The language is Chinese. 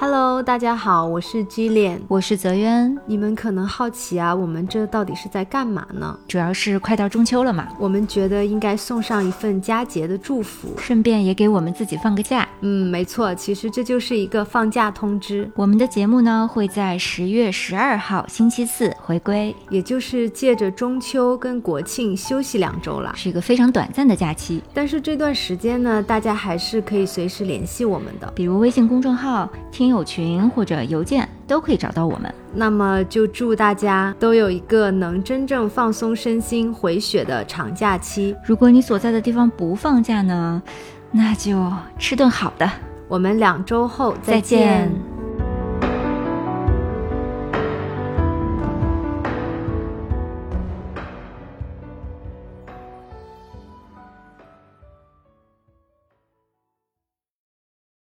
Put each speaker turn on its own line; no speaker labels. Hello，大家好，我是 G 脸。
我是泽渊，
你们可能好奇啊，我们这到底是在干嘛呢？
主要是快到中秋了嘛，
我们觉得应该送上一份佳节的祝福。
顺便也给我们自己放个假。
嗯，没错，其实这就是一个放假通知，
我们的节目呢会在十月十二号星期四回归，
也就是借着中秋跟国庆休息两周啦。
是一个非常短暂的假期。
但是这段时间呢，大家还是可以随时联系我们的。
比如微信公众号、听友群或者邮件都可以找到我们。
那么就祝大家都有一个能真正放松身心、回血的长假期。
如果你所在的地方不放假呢，那就吃顿好的。
我们两周后再
再见